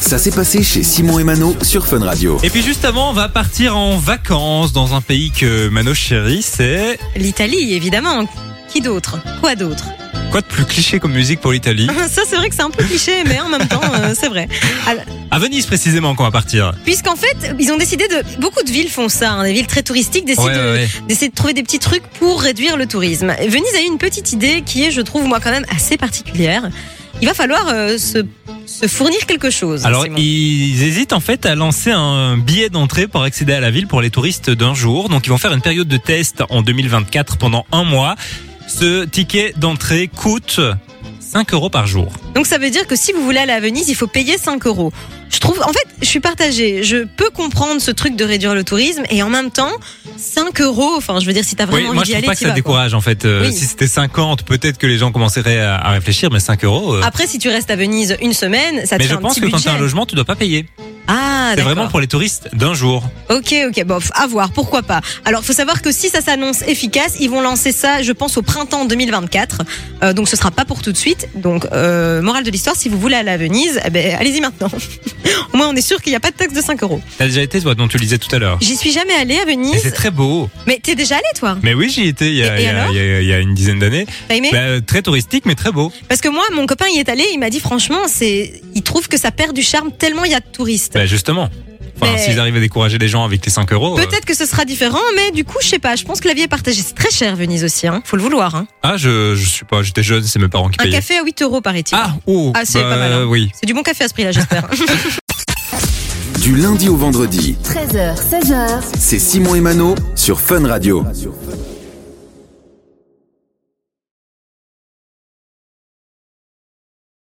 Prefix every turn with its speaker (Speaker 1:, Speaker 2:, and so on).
Speaker 1: Ça s'est passé chez Simon et Mano sur Fun Radio.
Speaker 2: Et puis juste avant, on va partir en vacances dans un pays que Mano chérit, c'est
Speaker 3: L'Italie, évidemment. Qui d'autre Quoi d'autre
Speaker 2: quoi de plus cliché comme musique pour l'Italie
Speaker 3: Ça, c'est vrai que c'est un peu cliché, mais en même temps, euh, c'est vrai. Alors,
Speaker 2: À Venise précisément qu'on va partir.
Speaker 3: Puisqu'en fait, ils ont décidé de. Beaucoup de villes font ça. hein, des villes très touristiques décident
Speaker 2: Ouais,
Speaker 3: de,
Speaker 2: ouais, ouais.
Speaker 3: d'essayer de trouver des petits trucs pour réduire le tourisme. Venise a eu une petite idée qui est, je trouve, moi, quand même assez particulière. Il va falloir euh, se, se fournir quelque chose.
Speaker 2: Alors
Speaker 3: Simon.
Speaker 2: ils hésitent en fait à lancer un billet d'entrée pour accéder à la ville pour les touristes d'un jour. Donc ils vont faire une période de test en 2024 pendant un mois. Ce ticket d'entrée coûte 5 euros par jour.
Speaker 3: Donc ça veut dire que si vous voulez aller à Venise, il faut payer 5 euros. Je trouve, en fait, je suis partagée. Je peux comprendre ce truc de réduire le tourisme et en même temps, 5 euros. Enfin, je veux dire, si t'as vraiment
Speaker 2: oui, moi
Speaker 3: envie
Speaker 2: je
Speaker 3: d'y
Speaker 2: trouve
Speaker 3: aller,
Speaker 2: pas que
Speaker 3: t'y
Speaker 2: ça
Speaker 3: vas, quoi.
Speaker 2: décourage en fait. Euh,
Speaker 3: Oui.
Speaker 2: Si c'était 50, peut-être que les gens commenceraient à, à réfléchir, mais 5 euros. euh,
Speaker 3: Après, si tu restes à Venise une semaine, ça te
Speaker 2: mais je
Speaker 3: fait Ah, un
Speaker 2: pense
Speaker 3: petit
Speaker 2: que quand
Speaker 3: budget.
Speaker 2: t'as un logement, tu dois pas payer.
Speaker 3: ah,
Speaker 2: C'est
Speaker 3: d'accord.
Speaker 2: vraiment pour les touristes d'un jour.
Speaker 3: Ok, ok, bon, f- à voir, pourquoi pas. Alors, faut savoir que si ça s'annonce efficace, ils vont lancer ça, je pense, au printemps 2024. Euh, donc, ce sera pas pour tout de suite. Donc, euh, morale de l'histoire, si vous voulez aller à Venise, eh ben, allez-y maintenant. au moins, on est sûr qu'il n'y a pas de taxe de 5 euros.
Speaker 2: T'as déjà été, toi, dont tu le disais tout à l'heure.
Speaker 3: J'y suis jamais allée à
Speaker 2: Et c'est
Speaker 3: Venise.
Speaker 2: très beau.
Speaker 3: Mais t'es déjà allé, toi
Speaker 2: Mais oui, j'y étais il y a,
Speaker 3: Et- et
Speaker 2: il y a-
Speaker 3: alors
Speaker 2: il y a- il y a une dizaine d'années.
Speaker 3: T'as aimé
Speaker 2: Bah, très touristique, mais très beau. Bah,
Speaker 3: Parce que moi, mon copain y est allé, il m'a dit franchement, c'est, il trouve que ça perd du charme tellement il y a de touristes.
Speaker 2: Bah, justement. Enfin,
Speaker 3: Mais-
Speaker 2: s'ils arrivent à décourager les gens avec les 5 euros. euh,
Speaker 3: Peut-être que ce sera différent, mais du coup, je sais pas. Je pense que la vie est partagée. C'est très cher, Venise aussi. Hein. Faut le vouloir. Hein.
Speaker 2: Ah, je, je suis pas, j'étais jeune, c'est mes parents qui
Speaker 3: Un
Speaker 2: payaient.
Speaker 3: café à 8 euros, paraît-il.
Speaker 2: Ah, oh,
Speaker 3: Ah, c'est
Speaker 2: bah,
Speaker 3: pas mal, hein.
Speaker 2: oui.
Speaker 3: C'est du bon café à ce prix-là, j'espère.
Speaker 1: Du lundi au vendredi,
Speaker 4: 13h, 16h,
Speaker 1: c'est Simon et Mano sur Fun Radio.